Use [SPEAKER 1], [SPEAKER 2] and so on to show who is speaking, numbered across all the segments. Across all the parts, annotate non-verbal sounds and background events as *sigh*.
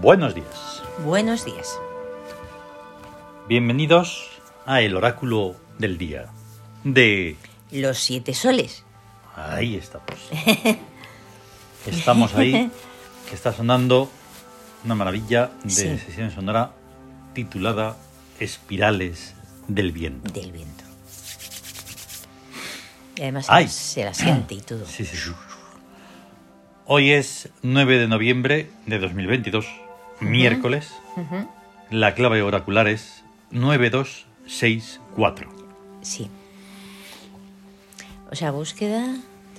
[SPEAKER 1] Buenos días.
[SPEAKER 2] Buenos días.
[SPEAKER 1] Bienvenidos a el oráculo del día. De...
[SPEAKER 2] Los siete soles.
[SPEAKER 1] Ahí
[SPEAKER 2] *laughs*
[SPEAKER 1] estamos. Estamos ahí, que está sonando una maravilla de
[SPEAKER 2] Sí.
[SPEAKER 1] sesión sonora titulada Espirales del Viento.
[SPEAKER 2] del viento. Y además
[SPEAKER 1] Ay.
[SPEAKER 2] se la siente y todo.
[SPEAKER 1] Sí, sí, sí. Hoy es 9 de noviembre de 2022, miércoles.
[SPEAKER 2] Ujú.
[SPEAKER 1] La clave oracular es 9264.
[SPEAKER 2] Sí. O sea, búsqueda,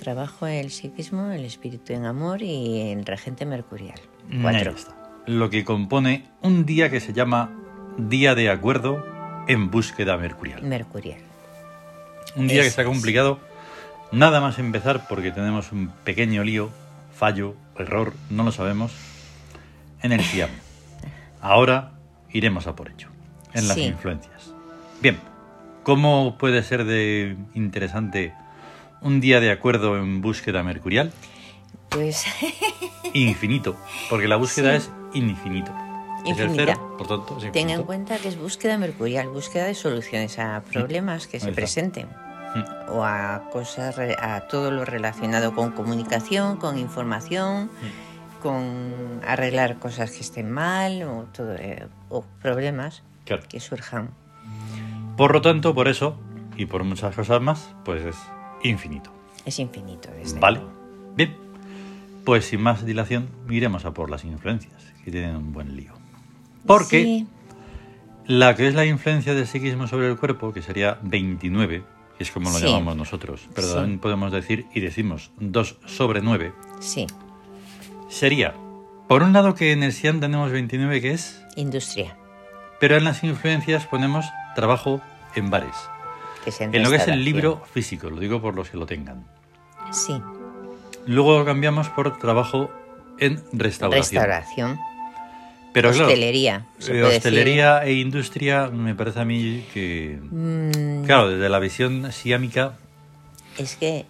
[SPEAKER 2] trabajo el psiquismo, el espíritu en amor y el regente mercurial. Cuatro.
[SPEAKER 1] Ahí está. Lo que compone un día que se llama Día de Acuerdo en Búsqueda Mercurial.
[SPEAKER 2] Mercurial.
[SPEAKER 1] Un día que
[SPEAKER 2] Eso
[SPEAKER 1] está
[SPEAKER 2] es.
[SPEAKER 1] complicado nada más empezar porque tenemos un pequeño lío, fallo, error, no lo sabemos, en el SIAM. Ahora iremos a por ello, en las
[SPEAKER 2] Sí.
[SPEAKER 1] influencias. Bien, ¿cómo puede ser de interesante un día de acuerdo en búsqueda mercurial?
[SPEAKER 2] Pues
[SPEAKER 1] Infinito, porque la búsqueda
[SPEAKER 2] Sí.
[SPEAKER 1] es infinito. Es el
[SPEAKER 2] Infinita.
[SPEAKER 1] cero, por tanto, es
[SPEAKER 2] tenga en
[SPEAKER 1] infinito.
[SPEAKER 2] cuenta que es búsqueda mercurial, búsqueda de soluciones a problemas que se
[SPEAKER 1] Ahí está.
[SPEAKER 2] presenten.
[SPEAKER 1] Mm,
[SPEAKER 2] o a cosas re- a todo lo relacionado con comunicación, con información,
[SPEAKER 1] Mm.
[SPEAKER 2] con arreglar cosas que estén mal o todo eh, o problemas
[SPEAKER 1] claro.
[SPEAKER 2] que surjan.
[SPEAKER 1] Por lo tanto, por eso y por muchas cosas más, pues es infinito.
[SPEAKER 2] Es infinito este. desde
[SPEAKER 1] Vale.
[SPEAKER 2] luego.
[SPEAKER 1] Bien. Pues sin más dilación, iremos a por las influencias, que tienen un buen lío. Porque
[SPEAKER 2] Sí,
[SPEAKER 1] la que es la influencia del psiquismo sobre el cuerpo, que sería 29, que es como lo
[SPEAKER 2] Sí.
[SPEAKER 1] llamamos nosotros, pero
[SPEAKER 2] Sí.
[SPEAKER 1] también podemos decir y decimos 2 sobre 9,
[SPEAKER 2] sí,
[SPEAKER 1] sería, por un lado que en el SIAM tenemos 29 que es,
[SPEAKER 2] industria.
[SPEAKER 1] pero en las influencias ponemos trabajo en bares.
[SPEAKER 2] Que se
[SPEAKER 1] En lo que es el libro físico, lo digo por los que lo tengan.
[SPEAKER 2] Sí,
[SPEAKER 1] Luego lo cambiamos por trabajo en restauración.
[SPEAKER 2] restauración,
[SPEAKER 1] Pero claro,
[SPEAKER 2] hostelería. se
[SPEAKER 1] eh,
[SPEAKER 2] puede
[SPEAKER 1] hostelería e industria me parece a mí que...
[SPEAKER 2] decir. Mm,
[SPEAKER 1] Claro, desde la visión siámica...
[SPEAKER 2] es que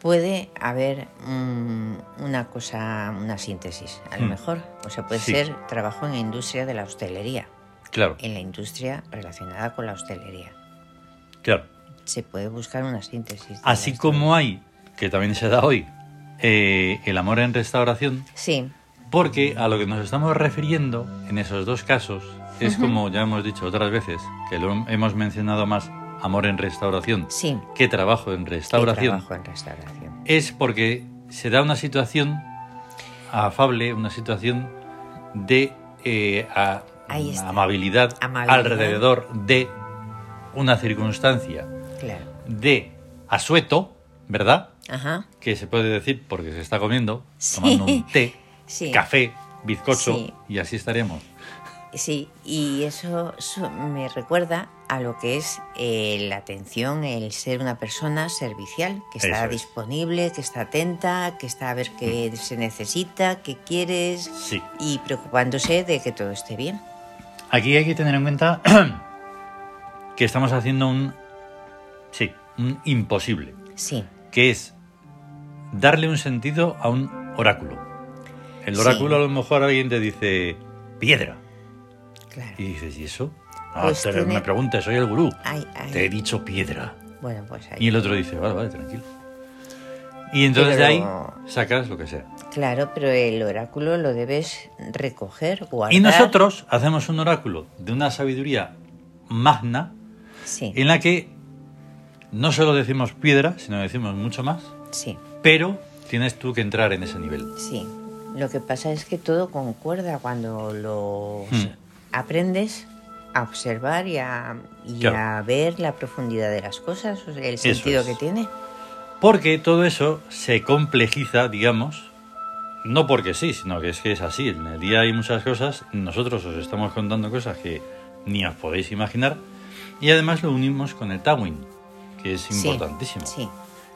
[SPEAKER 2] puede haber mm, una cosa, una síntesis, a lo
[SPEAKER 1] Mm.
[SPEAKER 2] mejor. O sea, puede
[SPEAKER 1] Sí.
[SPEAKER 2] ser trabajo en la industria de la hostelería.
[SPEAKER 1] Claro,
[SPEAKER 2] en la industria relacionada con la hostelería.
[SPEAKER 1] claro.
[SPEAKER 2] Se puede buscar una síntesis. de
[SPEAKER 1] Así
[SPEAKER 2] las
[SPEAKER 1] como hay, que también se da hoy, eh, el amor en restauración,
[SPEAKER 2] dos. Sí,
[SPEAKER 1] porque a lo que nos estamos refiriendo en esos dos casos es como ya hemos dicho otras veces, que lo hem- hemos mencionado más, amor en restauración
[SPEAKER 2] sí.
[SPEAKER 1] que trabajo en restauración.
[SPEAKER 2] Trabajo en restauración.
[SPEAKER 1] es porque se da una situación afable, una situación de eh, a-
[SPEAKER 2] Ahí está.
[SPEAKER 1] amabilidad,
[SPEAKER 2] Amabilidad.
[SPEAKER 1] alrededor de una circunstancia
[SPEAKER 2] Claro.
[SPEAKER 1] de asueto, ¿verdad?
[SPEAKER 2] Ajá.
[SPEAKER 1] Que se puede decir porque se está comiendo,
[SPEAKER 2] Sí.
[SPEAKER 1] tomando un té,
[SPEAKER 2] Sí.
[SPEAKER 1] café, bizcocho,
[SPEAKER 2] Sí.
[SPEAKER 1] y así estaremos.
[SPEAKER 2] Sí, y eso su- me recuerda a lo que es eh, la atención, el ser una persona servicial, que está
[SPEAKER 1] Eso es. Mm.
[SPEAKER 2] disponible, que está atenta, que está a ver qué se necesita, qué quieres
[SPEAKER 1] Sí.
[SPEAKER 2] y preocupándose de que todo esté bien.
[SPEAKER 1] Aquí hay que tener en cuenta *clears throat* que estamos haciendo un. Sí, un imposible.
[SPEAKER 2] Sí,
[SPEAKER 1] que es darle un sentido a un oráculo. El
[SPEAKER 2] Sí.
[SPEAKER 1] oráculo a lo mejor alguien te dice piedra
[SPEAKER 2] claro.
[SPEAKER 1] y dices, ¿y eso? Ah,
[SPEAKER 2] Pues
[SPEAKER 1] te-
[SPEAKER 2] tiene-
[SPEAKER 1] Me preguntas, soy el gurú.
[SPEAKER 2] Ay, ay.
[SPEAKER 1] Te he dicho piedra.
[SPEAKER 2] Bueno, pues ahí.
[SPEAKER 1] Y el otro dice, vale, vale, tranquilo. Y entonces de ahí
[SPEAKER 2] Pero-
[SPEAKER 1] sacas lo que sea.
[SPEAKER 2] Claro, pero el oráculo lo debes recoger, guardar.
[SPEAKER 1] Y nosotros hacemos un oráculo de una sabiduría magna
[SPEAKER 2] Sí,
[SPEAKER 1] en la que no solo decimos piedra, sino decimos mucho más,
[SPEAKER 2] sí,
[SPEAKER 1] pero tienes tú que entrar en ese nivel.
[SPEAKER 2] sí. Lo que pasa es que todo concuerda cuando lo
[SPEAKER 1] Hmm.
[SPEAKER 2] aprendes a observar y, a, y
[SPEAKER 1] Claro.
[SPEAKER 2] a ver la profundidad de las cosas, o sea, el
[SPEAKER 1] Eso
[SPEAKER 2] sentido
[SPEAKER 1] es.
[SPEAKER 2] que tiene.
[SPEAKER 1] Porque todo eso se complejiza, digamos, no porque sí, sino que es que es así. En el día hay muchas cosas, nosotros os estamos contando cosas que ni os podéis imaginar, y además lo unimos con el Tawin, que es
[SPEAKER 2] Sí,
[SPEAKER 1] importantísimo.
[SPEAKER 2] Sí,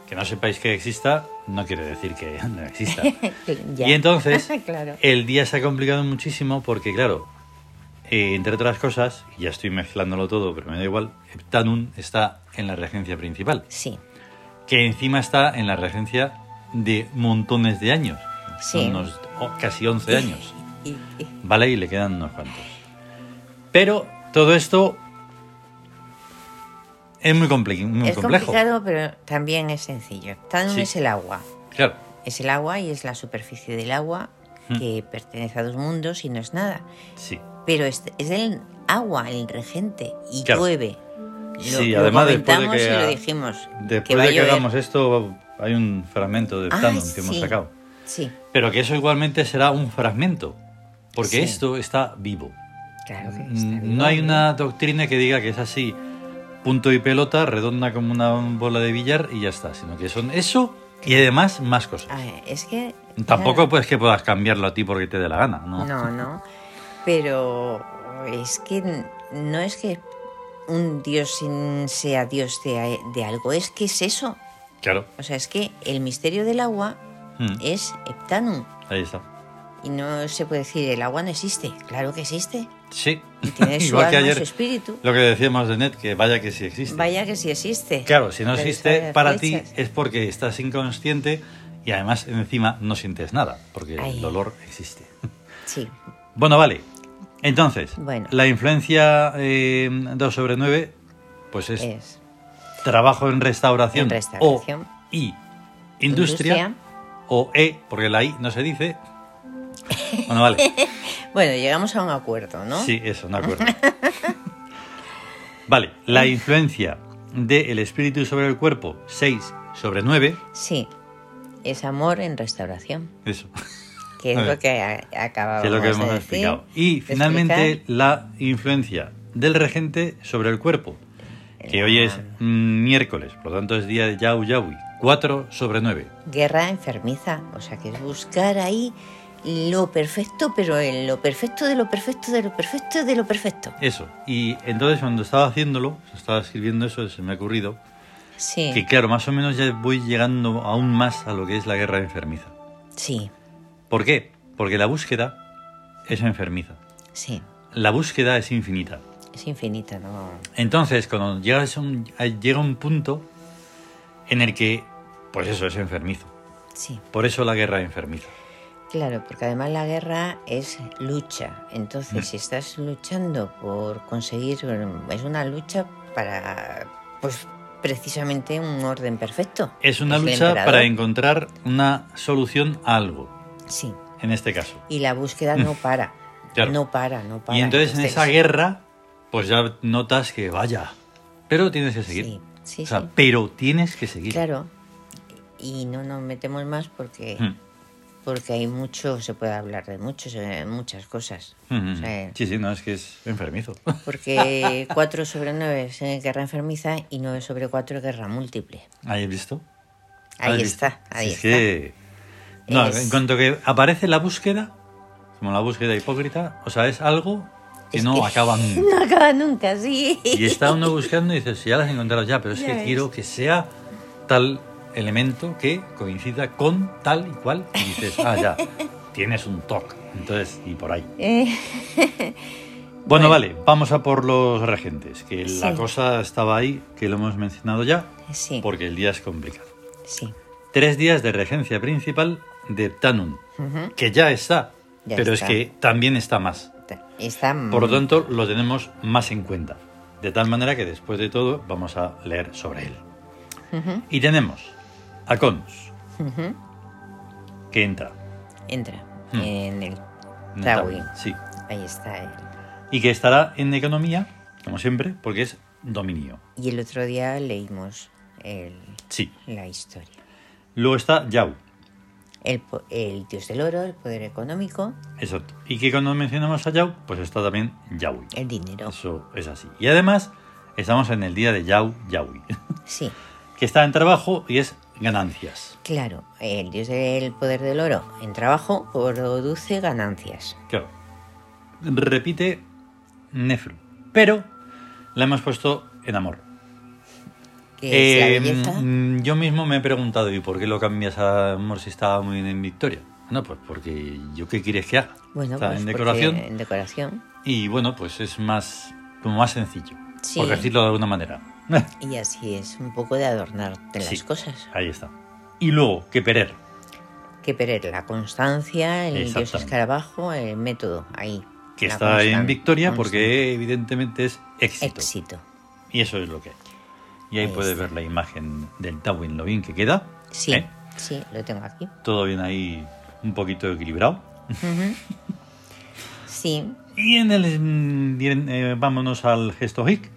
[SPEAKER 1] Que no sepáis que exista no quiere decir que *laughs* no exista.
[SPEAKER 2] *laughs* Ya.
[SPEAKER 1] Y entonces,
[SPEAKER 2] *laughs* claro.
[SPEAKER 1] el día se ha complicado muchísimo porque, claro, eh, entre otras cosas, y ya estoy mezclándolo todo, pero me da igual, Tanun está en la regencia principal
[SPEAKER 2] Sí,
[SPEAKER 1] que encima está en la regencia de montones de años.
[SPEAKER 2] Sí. *laughs*
[SPEAKER 1] Son unos o- casi 11 años. ¿Vale? Y le quedan unos cuantos. Pero todo esto es muy, comple- muy
[SPEAKER 2] es
[SPEAKER 1] complejo.
[SPEAKER 2] complicado, pero también es sencillo. Tan
[SPEAKER 1] Sí.
[SPEAKER 2] es el agua.
[SPEAKER 1] Claro.
[SPEAKER 2] Es el agua y es la superficie del agua
[SPEAKER 1] Hmm.
[SPEAKER 2] que pertenece a dos mundos y no es nada.
[SPEAKER 1] Sí.
[SPEAKER 2] Pero es, es el agua, el regente, y
[SPEAKER 1] Claro.
[SPEAKER 2] llueve. Lo,
[SPEAKER 1] Sí,
[SPEAKER 2] lo
[SPEAKER 1] además después de
[SPEAKER 2] comentamos
[SPEAKER 1] que-
[SPEAKER 2] y lo dijimos. que
[SPEAKER 1] Después
[SPEAKER 2] va
[SPEAKER 1] de
[SPEAKER 2] a
[SPEAKER 1] que
[SPEAKER 2] llover.
[SPEAKER 1] hagamos esto, hay un fragmento de
[SPEAKER 2] Ah,
[SPEAKER 1] Tandon que hemos
[SPEAKER 2] sí.
[SPEAKER 1] sacado.
[SPEAKER 2] Sí,
[SPEAKER 1] Pero que eso igualmente será un fragmento. Porque
[SPEAKER 2] Sí.
[SPEAKER 1] esto está vivo.
[SPEAKER 2] claro que está eh. bien.
[SPEAKER 1] Mm, No hay una doctrina que diga que es así, punto y pelota, redonda como una bola de billar y ya está, sino que son eso y además más cosas.
[SPEAKER 2] A ver, es que.
[SPEAKER 1] Tampoco
[SPEAKER 2] claro,
[SPEAKER 1] pues que puedas cambiarlo a ti porque te dé la gana, ¿no?
[SPEAKER 2] No, no. Pero es que n- no es que un dios sin- sea dios de, de algo, es que es eso.
[SPEAKER 1] Claro.
[SPEAKER 2] O sea, es que el misterio del agua
[SPEAKER 1] Mm,
[SPEAKER 2] es heptanum.
[SPEAKER 1] Ahí está.
[SPEAKER 2] Y no se puede decir, el agua no existe. Claro que existe.
[SPEAKER 1] Sí. *laughs*
[SPEAKER 2] Tiene su
[SPEAKER 1] Igual que
[SPEAKER 2] alma,
[SPEAKER 1] ayer
[SPEAKER 2] su espíritu.
[SPEAKER 1] lo que decíamos de Net, que vaya que sí existe.
[SPEAKER 2] Vaya que sí existe.
[SPEAKER 1] Claro, si no
[SPEAKER 2] Pero
[SPEAKER 1] existe
[SPEAKER 2] esas
[SPEAKER 1] para ti
[SPEAKER 2] flechas.
[SPEAKER 1] es porque estás inconsciente y además encima no sientes nada, porque el
[SPEAKER 2] Ay.
[SPEAKER 1] dolor existe. *laughs*
[SPEAKER 2] Sí,
[SPEAKER 1] Bueno, vale. Entonces,
[SPEAKER 2] Bueno.
[SPEAKER 1] la influencia eh, 2 sobre 9, pues es,
[SPEAKER 2] es.
[SPEAKER 1] trabajo en restauración,
[SPEAKER 2] Eh. En restauración.
[SPEAKER 1] o I, industria, o E, porque la I no se dice. Bueno, vale.
[SPEAKER 2] Bueno, llegamos a un acuerdo, *laughs* ¿no?
[SPEAKER 1] Sí, eso, de acuerdo. vale, la influencia del espíritu sobre el cuerpo, 6 sobre 9,
[SPEAKER 2] Sí. Es amor en restauración,
[SPEAKER 1] eso,
[SPEAKER 2] que
[SPEAKER 1] A
[SPEAKER 2] es
[SPEAKER 1] ver.
[SPEAKER 2] lo que a- acabamos
[SPEAKER 1] que es lo que
[SPEAKER 2] de
[SPEAKER 1] hemos
[SPEAKER 2] decir,
[SPEAKER 1] explicado. Y
[SPEAKER 2] de
[SPEAKER 1] finalmente
[SPEAKER 2] explicar.
[SPEAKER 1] la influencia del regente sobre el cuerpo, que hoy es mm, miércoles, por lo tanto es día de Yau Yaui, 4 sobre 9.
[SPEAKER 2] guerra enfermiza, o sea, que es buscar ahí lo perfecto, pero en lo perfecto de lo perfecto de lo perfecto de lo perfecto.
[SPEAKER 1] Eso. Y entonces cuando estaba haciéndolo, estaba escribiendo eso, se me ha ocurrido,
[SPEAKER 2] Sí.
[SPEAKER 1] que claro, más o menos ya voy llegando aún más a lo que es la guerra enfermiza.
[SPEAKER 2] Sí,
[SPEAKER 1] ¿Por qué? Porque la búsqueda es enfermiza.
[SPEAKER 2] sí.
[SPEAKER 1] La búsqueda es infinita.
[SPEAKER 2] Es infinita, ¿no?
[SPEAKER 1] Entonces, cuando llegas a un, a- llega un punto en el que, pues eso es enfermizo.
[SPEAKER 2] Sí.
[SPEAKER 1] Por eso la guerra enfermiza.
[SPEAKER 2] Claro, porque además la guerra es lucha. Entonces,
[SPEAKER 1] Mm.
[SPEAKER 2] si estás luchando por conseguir, un- es una lucha para, pues, precisamente un orden perfecto.
[SPEAKER 1] Es una
[SPEAKER 2] el
[SPEAKER 1] lucha
[SPEAKER 2] emperador.
[SPEAKER 1] para encontrar una solución a algo,
[SPEAKER 2] Sí.
[SPEAKER 1] en este caso.
[SPEAKER 2] Y la búsqueda no para.
[SPEAKER 1] Claro.
[SPEAKER 2] No para, no para.
[SPEAKER 1] Y entonces en esa guerra, pues ya notas que vaya. Pero tienes que seguir.
[SPEAKER 2] Sí, sí,
[SPEAKER 1] o sea,
[SPEAKER 2] sí.
[SPEAKER 1] pero tienes que seguir.
[SPEAKER 2] Claro. Y no nos metemos más porque,
[SPEAKER 1] Mm,
[SPEAKER 2] porque hay mucho, se puede hablar de muchos, eh, muchas cosas.
[SPEAKER 1] mm,
[SPEAKER 2] O sea,
[SPEAKER 1] mm. Sí, sí, no, es que es enfermizo. *laughs*
[SPEAKER 2] Porque 4 sobre 9 es eh, guerra enfermiza y 9 sobre 4 guerra múltiple.
[SPEAKER 1] ¿Ahí has visto?
[SPEAKER 2] Ahí
[SPEAKER 1] ¿Has visto?
[SPEAKER 2] está, ahí
[SPEAKER 1] Si es
[SPEAKER 2] está.
[SPEAKER 1] *laughs* que- No,
[SPEAKER 2] Es-
[SPEAKER 1] en cuanto que aparece la búsqueda, como la búsqueda hipócrita, o sea, es algo que
[SPEAKER 2] Es
[SPEAKER 1] no
[SPEAKER 2] que-
[SPEAKER 1] acaba nunca.
[SPEAKER 2] No acaba nunca, sí.
[SPEAKER 1] Y está uno buscando y dices, si ya las he encontrado ya, pero es
[SPEAKER 2] Ya
[SPEAKER 1] que
[SPEAKER 2] ves.
[SPEAKER 1] quiero que sea tal elemento que coincida con tal y cual. Y dices, ah, ya,
[SPEAKER 2] *laughs*
[SPEAKER 1] tienes un toque. Entonces, y por ahí.
[SPEAKER 2] Eh, *laughs*
[SPEAKER 1] Bueno, vale, vamos a por los regentes, que la
[SPEAKER 2] Sí.
[SPEAKER 1] cosa estaba ahí, que lo hemos mencionado ya,
[SPEAKER 2] sí,
[SPEAKER 1] porque el día es complicado.
[SPEAKER 2] sí.
[SPEAKER 1] Tres días de regencia principal de Tanum,
[SPEAKER 2] Ujú.
[SPEAKER 1] que ya está,
[SPEAKER 2] Ya
[SPEAKER 1] pero
[SPEAKER 2] está.
[SPEAKER 1] es que también está más.
[SPEAKER 2] Está
[SPEAKER 1] Por lo tanto, lo tenemos más en cuenta. De tal manera que después de todo vamos a leer sobre él.
[SPEAKER 2] Ujú,
[SPEAKER 1] Y tenemos a Conus,
[SPEAKER 2] ujú.
[SPEAKER 1] que entra.
[SPEAKER 2] Entra
[SPEAKER 1] Hmm.
[SPEAKER 2] en el
[SPEAKER 1] en el
[SPEAKER 2] Tawi.
[SPEAKER 1] Tawin, Sí.
[SPEAKER 2] Ahí está él.
[SPEAKER 1] Y que estará en economía, como siempre, porque es dominio.
[SPEAKER 2] Y el otro día leímos el-
[SPEAKER 1] Sí.
[SPEAKER 2] la historia.
[SPEAKER 1] Luego está Yau.
[SPEAKER 2] El, po- el dios del oro, el poder económico,
[SPEAKER 1] Exacto. Y que cuando mencionamos a Yau, pues está también Yaui.
[SPEAKER 2] el dinero.
[SPEAKER 1] Eso es así. Y además, estamos en el día de Yau Yaui,
[SPEAKER 2] Sí,
[SPEAKER 1] *laughs* que está en trabajo y es ganancias.
[SPEAKER 2] claro. El dios del poder del oro en trabajo produce ganancias.
[SPEAKER 1] Claro. Repite Nefru. Pero la hemos puesto en amor.
[SPEAKER 2] Que es la
[SPEAKER 1] Eh,
[SPEAKER 2] belleza.
[SPEAKER 1] mm, yo mismo me he preguntado, ¿y por qué lo cambias a amor si estaba muy bien en Victoria? No, pues porque yo qué quieres que haga.
[SPEAKER 2] Bueno,
[SPEAKER 1] Está
[SPEAKER 2] pues
[SPEAKER 1] en
[SPEAKER 2] porque
[SPEAKER 1] decoración
[SPEAKER 2] En decoración.
[SPEAKER 1] y bueno, pues es más como más sencillo,
[SPEAKER 2] Sí.
[SPEAKER 1] por decirlo de alguna manera. *laughs*
[SPEAKER 2] Y así es, un poco de adornarte
[SPEAKER 1] Sí.
[SPEAKER 2] las cosas.
[SPEAKER 1] Ahí está. Y luego, que Perer,
[SPEAKER 2] que perder la constancia, el dios
[SPEAKER 1] Exactamente.
[SPEAKER 2] escarabajo, el método, ahí.
[SPEAKER 1] Que
[SPEAKER 2] la
[SPEAKER 1] está en
[SPEAKER 2] constan-
[SPEAKER 1] victoria
[SPEAKER 2] constan-
[SPEAKER 1] porque evidentemente es éxito.
[SPEAKER 2] Éxito,
[SPEAKER 1] Y eso es lo que hay. Y ahí,
[SPEAKER 2] Ahí
[SPEAKER 1] puedes
[SPEAKER 2] está.
[SPEAKER 1] ver la imagen del Tawin, lo bien que queda.
[SPEAKER 2] sí,
[SPEAKER 1] ¿eh?
[SPEAKER 2] sí, lo tengo
[SPEAKER 1] *laughs*
[SPEAKER 2] aquí.
[SPEAKER 1] Todo bien ahí, un poquito equilibrado.
[SPEAKER 2] Sí,
[SPEAKER 1] Y en el. mm, y en- eh, vámonos al gesto hic,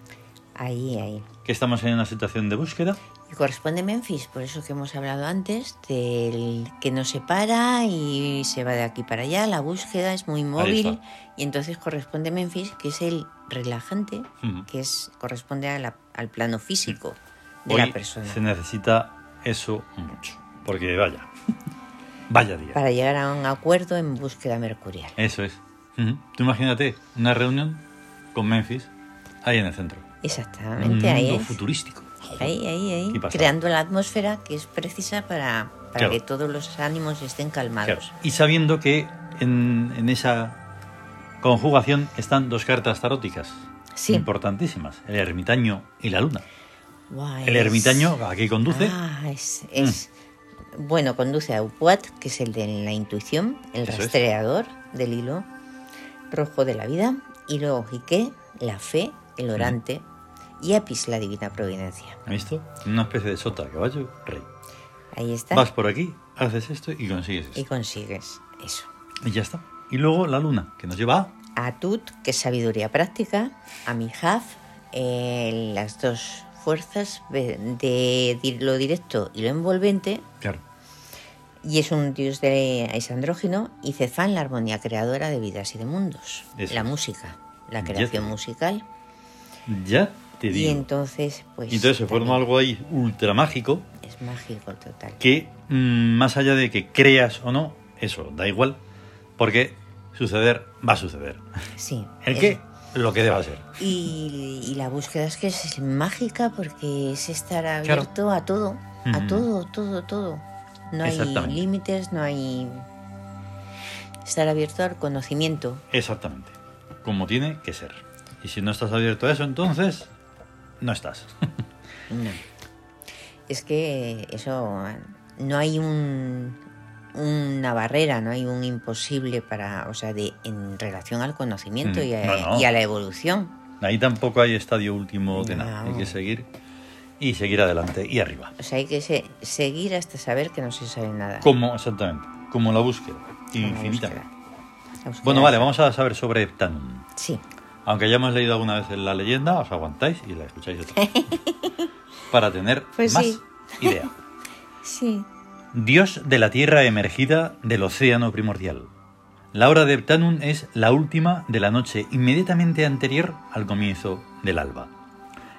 [SPEAKER 2] ahí, ahí.
[SPEAKER 1] que estamos en una situación de búsqueda.
[SPEAKER 2] Y corresponde Memphis, por eso que hemos hablado antes, del que nos separa y se va de aquí para allá, la búsqueda es muy móvil.
[SPEAKER 1] está.
[SPEAKER 2] Y entonces corresponde Memphis, que es el relajante,
[SPEAKER 1] Ujú.
[SPEAKER 2] que es corresponde a la- al plano físico de
[SPEAKER 1] Hoy
[SPEAKER 2] la persona.
[SPEAKER 1] se necesita eso mucho. Porque vaya. *laughs* vaya día.
[SPEAKER 2] Para llegar a un acuerdo en búsqueda mercurial.
[SPEAKER 1] Eso es. Ujú. Tú imagínate una reunión con Memphis ahí en el centro. Un
[SPEAKER 2] Exactamente,
[SPEAKER 1] mundo
[SPEAKER 2] ahí es.
[SPEAKER 1] futurístico.
[SPEAKER 2] Ahí, ahí, ahí.
[SPEAKER 1] Qué pasada.
[SPEAKER 2] Creando la atmósfera que es precisa para, para
[SPEAKER 1] Claro.
[SPEAKER 2] que todos los ánimos estén
[SPEAKER 1] Claro.
[SPEAKER 2] calmados.
[SPEAKER 1] Y sabiendo que en, en esa conjugación están dos cartas taróticas
[SPEAKER 2] Sí.
[SPEAKER 1] importantísimas, el ermitaño y la luna.
[SPEAKER 2] Guay,
[SPEAKER 1] El
[SPEAKER 2] es-
[SPEAKER 1] ermitaño aquí conduce, Mm.
[SPEAKER 2] Ah, es, es- bueno, conduce a Upuat, que es el de la intuición, el
[SPEAKER 1] Eso es.
[SPEAKER 2] rastreador del hilo rojo de la vida, y luego Jique, la fe, el orante,
[SPEAKER 1] Mm.
[SPEAKER 2] y Apis, la divina providencia.
[SPEAKER 1] ¿has visto? Una especie de sota, caballo, rey.
[SPEAKER 2] Ahí está.
[SPEAKER 1] Vas por aquí, haces esto y consigues
[SPEAKER 2] Y
[SPEAKER 1] esto.
[SPEAKER 2] consigues eso.
[SPEAKER 1] Y ya está. Y luego la luna, que nos lleva a...
[SPEAKER 2] A Tut, que es sabiduría práctica, a Mijaf, eh, las dos fuerzas de, de di- lo directo y lo envolvente,
[SPEAKER 1] Claro.
[SPEAKER 2] Y es un dios de es andrógino y Cefán la armonía creadora de vidas y de mundos.
[SPEAKER 1] Eso
[SPEAKER 2] la
[SPEAKER 1] es.
[SPEAKER 2] música, la
[SPEAKER 1] Ya
[SPEAKER 2] creación
[SPEAKER 1] te-
[SPEAKER 2] musical.
[SPEAKER 1] Ya te
[SPEAKER 2] Y
[SPEAKER 1] digo.
[SPEAKER 2] entonces, pues.
[SPEAKER 1] Y entonces se forma
[SPEAKER 2] también
[SPEAKER 1] algo ahí ultra mágico
[SPEAKER 2] Es mágico total.
[SPEAKER 1] que mm, más allá de que creas o no, eso da igual, porque suceder va a suceder.
[SPEAKER 2] Sí.
[SPEAKER 1] ¿El
[SPEAKER 2] es-
[SPEAKER 1] qué? Lo que deba ser.
[SPEAKER 2] Y, y la búsqueda es que es mágica porque es estar
[SPEAKER 1] Claro.
[SPEAKER 2] abierto a todo.
[SPEAKER 1] Ujú.
[SPEAKER 2] A todo, todo, todo. No hay
[SPEAKER 1] Exactamente.
[SPEAKER 2] límites, no hay. Estar abierto al conocimiento.
[SPEAKER 1] Exactamente. Como tiene que ser. Y si no estás abierto a eso, entonces no estás.
[SPEAKER 2] No. Es que eso, no hay un, una barrera, no hay un imposible para, o sea, de, en relación al conocimiento
[SPEAKER 1] Mm,
[SPEAKER 2] y, a,
[SPEAKER 1] no, no.
[SPEAKER 2] y a la evolución.
[SPEAKER 1] Ahí tampoco hay estadio último de nada.
[SPEAKER 2] No.
[SPEAKER 1] Hay que seguir y seguir adelante y arriba.
[SPEAKER 2] O sea, hay que se- seguir hasta saber que no se sabe nada.
[SPEAKER 1] Como, exactamente, como la búsqueda.
[SPEAKER 2] Una
[SPEAKER 1] Infinita.
[SPEAKER 2] búsqueda. La búsqueda
[SPEAKER 1] Bueno, vale,
[SPEAKER 2] es-
[SPEAKER 1] vamos a saber sobre Heptanum.
[SPEAKER 2] Sí,
[SPEAKER 1] Aunque ya hemos leído alguna vez la leyenda, os aguantáis y la escucháis otra
[SPEAKER 2] *laughs*
[SPEAKER 1] vez. Para tener
[SPEAKER 2] Pues
[SPEAKER 1] más
[SPEAKER 2] sí.
[SPEAKER 1] idea.
[SPEAKER 2] sí.
[SPEAKER 1] Dios de la tierra emergida del océano primordial. La hora de Heptanum es la última de la noche inmediatamente anterior al comienzo del alba.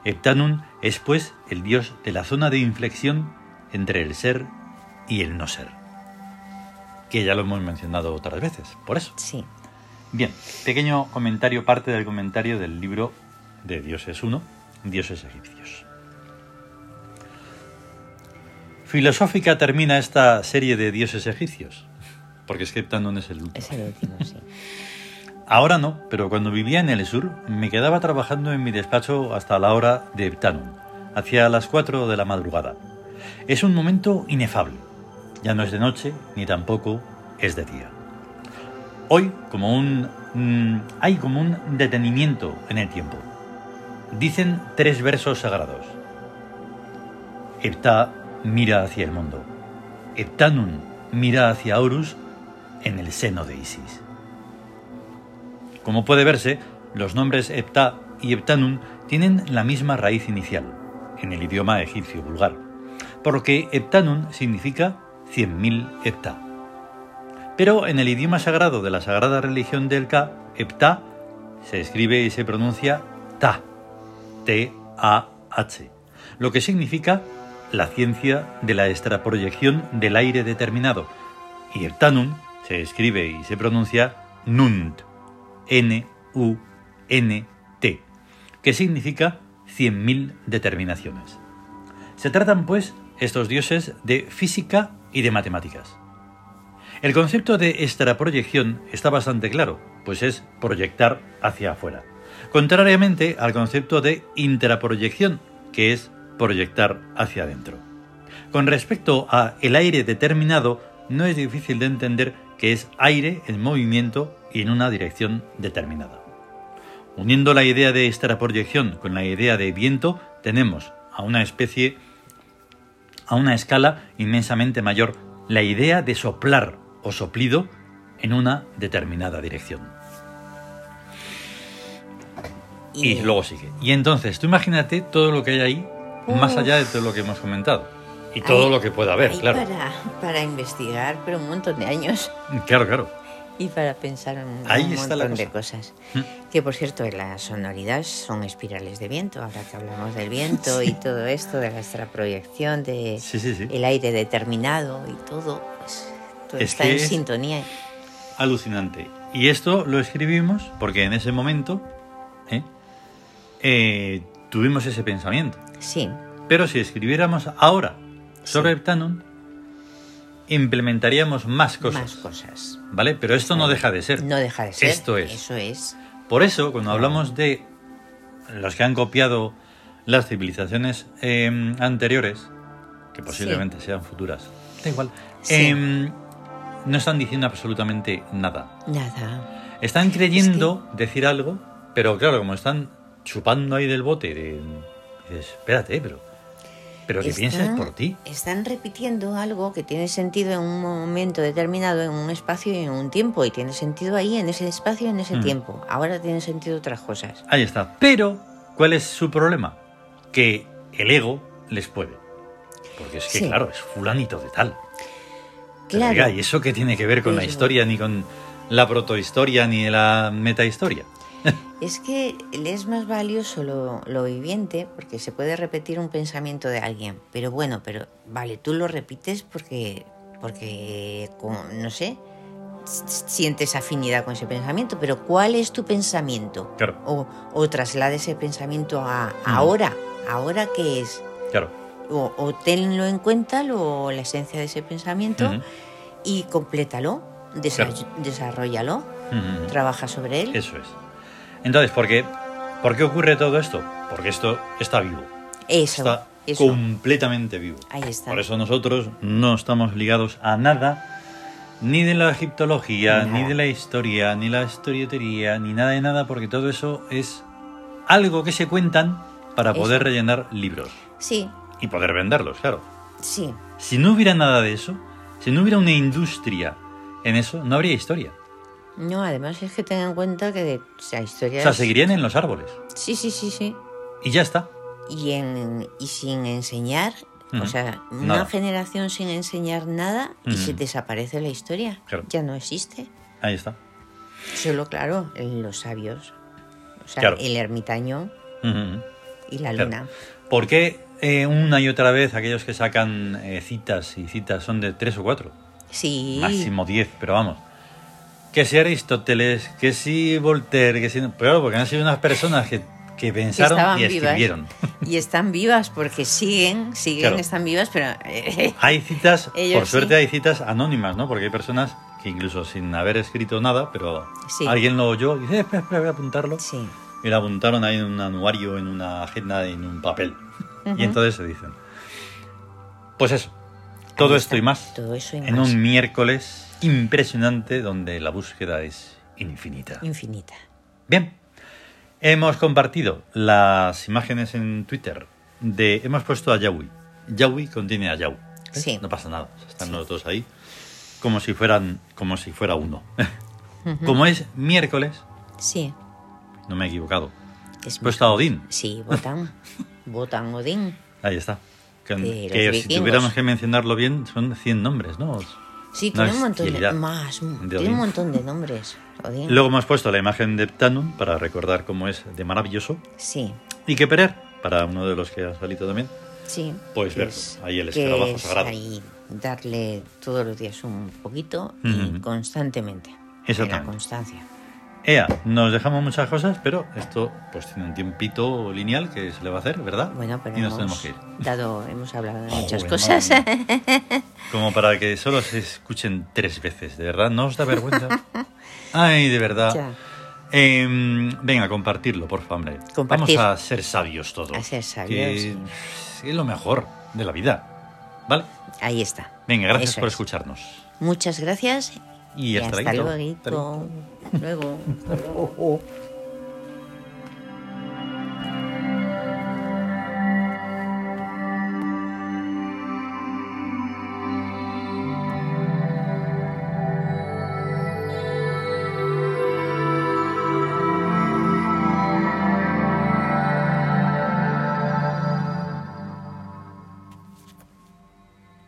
[SPEAKER 1] Heptanum es pues el dios de la zona de inflexión entre el ser y el no ser. Que ya lo hemos mencionado otras veces, por eso.
[SPEAKER 2] Sí,
[SPEAKER 1] Bien, pequeño comentario, parte del comentario del libro de Dioses 1, Dioses egipcios. Filosófica termina esta serie de dioses egipcios, porque es que Heptanón es el último.
[SPEAKER 2] es el último, sí.
[SPEAKER 1] Ahora no, pero cuando vivía en el sur me quedaba trabajando en mi despacho hasta la hora de Heptanum, hacia las 4 de la madrugada. Es un momento inefable. Ya no es de noche, ni tampoco es de día. Hoy, como un. mm, hay como un detenimiento en el tiempo. Dicen tres versos sagrados. Hepta mira hacia el mundo. Heptanum mira hacia Horus en el seno de Isis. Como puede verse, los nombres Hepta y Heptanum tienen la misma raíz inicial, en el idioma egipcio vulgar, porque Heptanum significa 100.000 Hepta. Pero en el idioma sagrado de la sagrada religión del Ka, Hepta se escribe y se pronuncia Ta, T-A-H, lo que significa la ciencia de la extraproyección del aire determinado, y Heptanum se escribe y se pronuncia Nunt, N-U-N-T, que significa 100.000 determinaciones. Se tratan, pues, estos dioses de física y de matemáticas. El concepto de extraproyección está bastante claro, pues es proyectar hacia afuera, contrariamente al concepto de intraproyección, que es proyectar hacia adentro. Con respecto a el aire determinado, no es difícil de entender que es aire en movimiento y en una dirección determinada. Uniendo la idea de extraproyección con la idea de viento, tenemos a una especie, a una escala inmensamente mayor, la idea de soplar o soplido en una determinada dirección. *laughs* Y, luego sigue. Y entonces, tú imagínate todo lo que hay ahí, más allá de todo lo que hemos comentado. Y todo
[SPEAKER 2] Ahí-
[SPEAKER 1] lo que pueda haber,
[SPEAKER 2] ahí
[SPEAKER 1] claro.
[SPEAKER 2] Para, para investigar, pero un montón de años.
[SPEAKER 1] Claro, claro.
[SPEAKER 2] Y para pensar en un,
[SPEAKER 1] Ahí está
[SPEAKER 2] montón
[SPEAKER 1] la
[SPEAKER 2] de cosas.
[SPEAKER 1] Mm.
[SPEAKER 2] Que por cierto, la sonoridad son espirales de viento. Ahora que hablamos del
[SPEAKER 1] *laughs*
[SPEAKER 2] viento y todo esto, de la extraproyección, de
[SPEAKER 1] Sí, sí, sí.
[SPEAKER 2] el aire determinado y todo, pues, todo
[SPEAKER 1] Es
[SPEAKER 2] está
[SPEAKER 1] que
[SPEAKER 2] en
[SPEAKER 1] es-
[SPEAKER 2] sintonía.
[SPEAKER 1] Alucinante. Y esto lo escribimos porque en ese momento ¿eh? Eh, tuvimos ese pensamiento.
[SPEAKER 2] Sí,
[SPEAKER 1] Pero si escribiéramos ahora sobre
[SPEAKER 2] Sí.
[SPEAKER 1] Heptanon, implementaríamos más cosas.
[SPEAKER 2] más cosas.
[SPEAKER 1] ¿Vale? Pero esto no deja de ser.
[SPEAKER 2] No deja de ser.
[SPEAKER 1] Esto es.
[SPEAKER 2] Eso es.
[SPEAKER 1] Por eso, cuando hablamos de los que han copiado las civilizaciones eh, anteriores, que posiblemente sean futuras, da igual,
[SPEAKER 2] Sí.
[SPEAKER 1] em, no están diciendo absolutamente nada.
[SPEAKER 2] Nada.
[SPEAKER 1] Están creyendo decir algo, pero claro, como están chupando ahí del bote, de, dices, espérate, pero, pero que
[SPEAKER 2] Está-
[SPEAKER 1] pienses por ti.
[SPEAKER 2] Están repitiendo algo que tiene sentido en un momento determinado, en un espacio y en un tiempo. Y tiene sentido ahí, en ese espacio y en ese
[SPEAKER 1] Mm.
[SPEAKER 2] tiempo. Ahora tienen sentido otras cosas.
[SPEAKER 1] Ahí está. Pero, ¿cuál es su problema? Que el ego les puede. Porque es que,
[SPEAKER 2] Sí.
[SPEAKER 1] claro, es fulanito de tal. Pero,
[SPEAKER 2] Claro.
[SPEAKER 1] oiga, ¿y eso qué tiene que ver con la
[SPEAKER 2] Pero-
[SPEAKER 1] historia, ni con la protohistoria, ni la metahistoria?
[SPEAKER 2] Es que le es más valioso lo, lo viviente porque se puede repetir un pensamiento de alguien. Pero bueno, pero vale, tú lo repites porque, porque como- no sé, s- sientes afinidad con ese pensamiento. Pero ¿cuál es tu pensamiento?
[SPEAKER 1] Claro,
[SPEAKER 2] O, o traslada ese pensamiento a
[SPEAKER 1] Mm.
[SPEAKER 2] ahora. ¿Ahora qué es?
[SPEAKER 1] claro.
[SPEAKER 2] O, o tenlo en cuenta lo, la esencia de ese pensamiento
[SPEAKER 1] Ujú,
[SPEAKER 2] y complétalo, desa- desarrollalo,
[SPEAKER 1] ujú, ujú.
[SPEAKER 2] trabaja sobre él.
[SPEAKER 1] Eso es. Entonces, ¿por qué, ¿por qué ocurre todo esto? Porque esto está vivo.
[SPEAKER 2] eso.
[SPEAKER 1] está
[SPEAKER 2] eso.
[SPEAKER 1] completamente vivo.
[SPEAKER 2] Ahí está.
[SPEAKER 1] Por eso nosotros no estamos ligados a nada, ni de la egiptología,
[SPEAKER 2] Nada.
[SPEAKER 1] ni de la historia, ni la historietería, ni nada de nada, porque todo eso es algo que se cuentan para
[SPEAKER 2] Eso.
[SPEAKER 1] poder rellenar libros
[SPEAKER 2] Sí,
[SPEAKER 1] y poder venderlos, claro.
[SPEAKER 2] sí,
[SPEAKER 1] Si no hubiera nada de eso, si no hubiera una industria en eso, no habría historia.
[SPEAKER 2] No, además es que tengan en cuenta que de, o sea,
[SPEAKER 1] O
[SPEAKER 2] historias.
[SPEAKER 1] sea, seguirían en los árboles.
[SPEAKER 2] Sí, sí, sí, sí.
[SPEAKER 1] Y ya está.
[SPEAKER 2] Y, en, y sin enseñar,
[SPEAKER 1] Ujú.
[SPEAKER 2] o sea, una
[SPEAKER 1] Nada.
[SPEAKER 2] generación sin enseñar nada y se
[SPEAKER 1] Ujú.
[SPEAKER 2] desaparece la historia.
[SPEAKER 1] Claro.
[SPEAKER 2] Ya no existe.
[SPEAKER 1] Ahí está.
[SPEAKER 2] Solo, claro, los sabios. O sea,
[SPEAKER 1] Claro.
[SPEAKER 2] el ermitaño
[SPEAKER 1] Ujú.
[SPEAKER 2] y la
[SPEAKER 1] Claro.
[SPEAKER 2] luna.
[SPEAKER 1] ¿Por qué eh, una y otra vez aquellos que sacan eh, citas y citas son de tres o cuatro?
[SPEAKER 2] Sí.
[SPEAKER 1] Máximo diez, pero vamos. Que si Aristóteles, que si Voltaire, que si... Pero claro, porque han sido unas personas que, que
[SPEAKER 2] que
[SPEAKER 1] pensaron
[SPEAKER 2] estaban
[SPEAKER 1] y
[SPEAKER 2] vivas.
[SPEAKER 1] escribieron.
[SPEAKER 2] Y están vivas porque siguen, siguen,
[SPEAKER 1] Claro.
[SPEAKER 2] están vivas, pero. eh,
[SPEAKER 1] Hay citas,
[SPEAKER 2] Ellos
[SPEAKER 1] por suerte
[SPEAKER 2] sí.
[SPEAKER 1] hay citas anónimas, ¿no? Porque hay personas que incluso sin haber escrito nada, pero
[SPEAKER 2] Sí.
[SPEAKER 1] alguien lo oyó y dice, "Eh, espera, espera, voy a apuntarlo.
[SPEAKER 2] *laughs* sí.
[SPEAKER 1] Y lo apuntaron ahí en un anuario, en una agenda, en un papel.
[SPEAKER 2] Ujú.
[SPEAKER 1] Y entonces se dicen. Pues eso. Todo
[SPEAKER 2] Ahí
[SPEAKER 1] esto
[SPEAKER 2] está,
[SPEAKER 1] y más.
[SPEAKER 2] Todo eso y
[SPEAKER 1] En
[SPEAKER 2] más.
[SPEAKER 1] un miércoles impresionante donde la búsqueda es infinita.
[SPEAKER 2] Infinita.
[SPEAKER 1] Bien. Hemos compartido las imágenes en Twitter de. Hemos puesto a Yahweh. Yahweh contiene a Yahweh. ¿Ves?
[SPEAKER 2] Sí.
[SPEAKER 1] No pasa nada. Están
[SPEAKER 2] Sí.
[SPEAKER 1] los dos ahí. Como si fueran. Como si fuera uno. Como es miércoles.
[SPEAKER 2] Sí.
[SPEAKER 1] No me he equivocado.
[SPEAKER 2] Es
[SPEAKER 1] He puesto a Odín.
[SPEAKER 2] Sí,
[SPEAKER 1] *laughs*
[SPEAKER 2] votan. votan Odín.
[SPEAKER 1] Ahí está. Que,
[SPEAKER 2] De los
[SPEAKER 1] que si
[SPEAKER 2] vikingos.
[SPEAKER 1] tuviéramos que mencionarlo bien, son 100 nombres, ¿no?
[SPEAKER 2] Sí,
[SPEAKER 1] Una
[SPEAKER 2] tiene un montón de
[SPEAKER 1] bestialidad
[SPEAKER 2] más,
[SPEAKER 1] de
[SPEAKER 2] tiene
[SPEAKER 1] Odín.
[SPEAKER 2] un montón de nombres. Odín.
[SPEAKER 1] Luego hemos puesto la imagen de Heptanum para recordar cómo es de maravilloso.
[SPEAKER 2] Sí,
[SPEAKER 1] Y que Perer, para uno de los que ha salido también.
[SPEAKER 2] sí.
[SPEAKER 1] Pues
[SPEAKER 2] que
[SPEAKER 1] verlo,
[SPEAKER 2] es-
[SPEAKER 1] ahí el
[SPEAKER 2] que
[SPEAKER 1] escarabajo
[SPEAKER 2] es
[SPEAKER 1] sagrado.
[SPEAKER 2] Ahí darle todos los días un poquito y
[SPEAKER 1] Ujú.
[SPEAKER 2] constantemente.
[SPEAKER 1] Exactamente.
[SPEAKER 2] La constancia.
[SPEAKER 1] Ea, nos dejamos muchas cosas, pero esto pues tiene un tiempito lineal que se le va a hacer, ¿verdad?
[SPEAKER 2] Bueno, pero
[SPEAKER 1] y nos tenemos
[SPEAKER 2] hemos
[SPEAKER 1] que ir.
[SPEAKER 2] dado, hemos hablado de muchas
[SPEAKER 1] Joder,
[SPEAKER 2] cosas.
[SPEAKER 1] madre mía. Como para que solo se escuchen tres veces, de verdad, no os da
[SPEAKER 2] *laughs*
[SPEAKER 1] vergüenza. Ay, de verdad.
[SPEAKER 2] Ya.
[SPEAKER 1] Em, venga, compartirlo, por favor. hombre.
[SPEAKER 2] Compartir.
[SPEAKER 1] Vamos a ser sabios todos.
[SPEAKER 2] A ser sabios,
[SPEAKER 1] que
[SPEAKER 2] sí.
[SPEAKER 1] Es lo mejor de la vida. ¿Vale?
[SPEAKER 2] Ahí está.
[SPEAKER 1] Venga, gracias
[SPEAKER 2] Eso
[SPEAKER 1] por
[SPEAKER 2] es.
[SPEAKER 1] escucharnos.
[SPEAKER 2] Muchas gracias
[SPEAKER 1] Y,
[SPEAKER 2] hasta,
[SPEAKER 1] luego.
[SPEAKER 2] luego. Luego.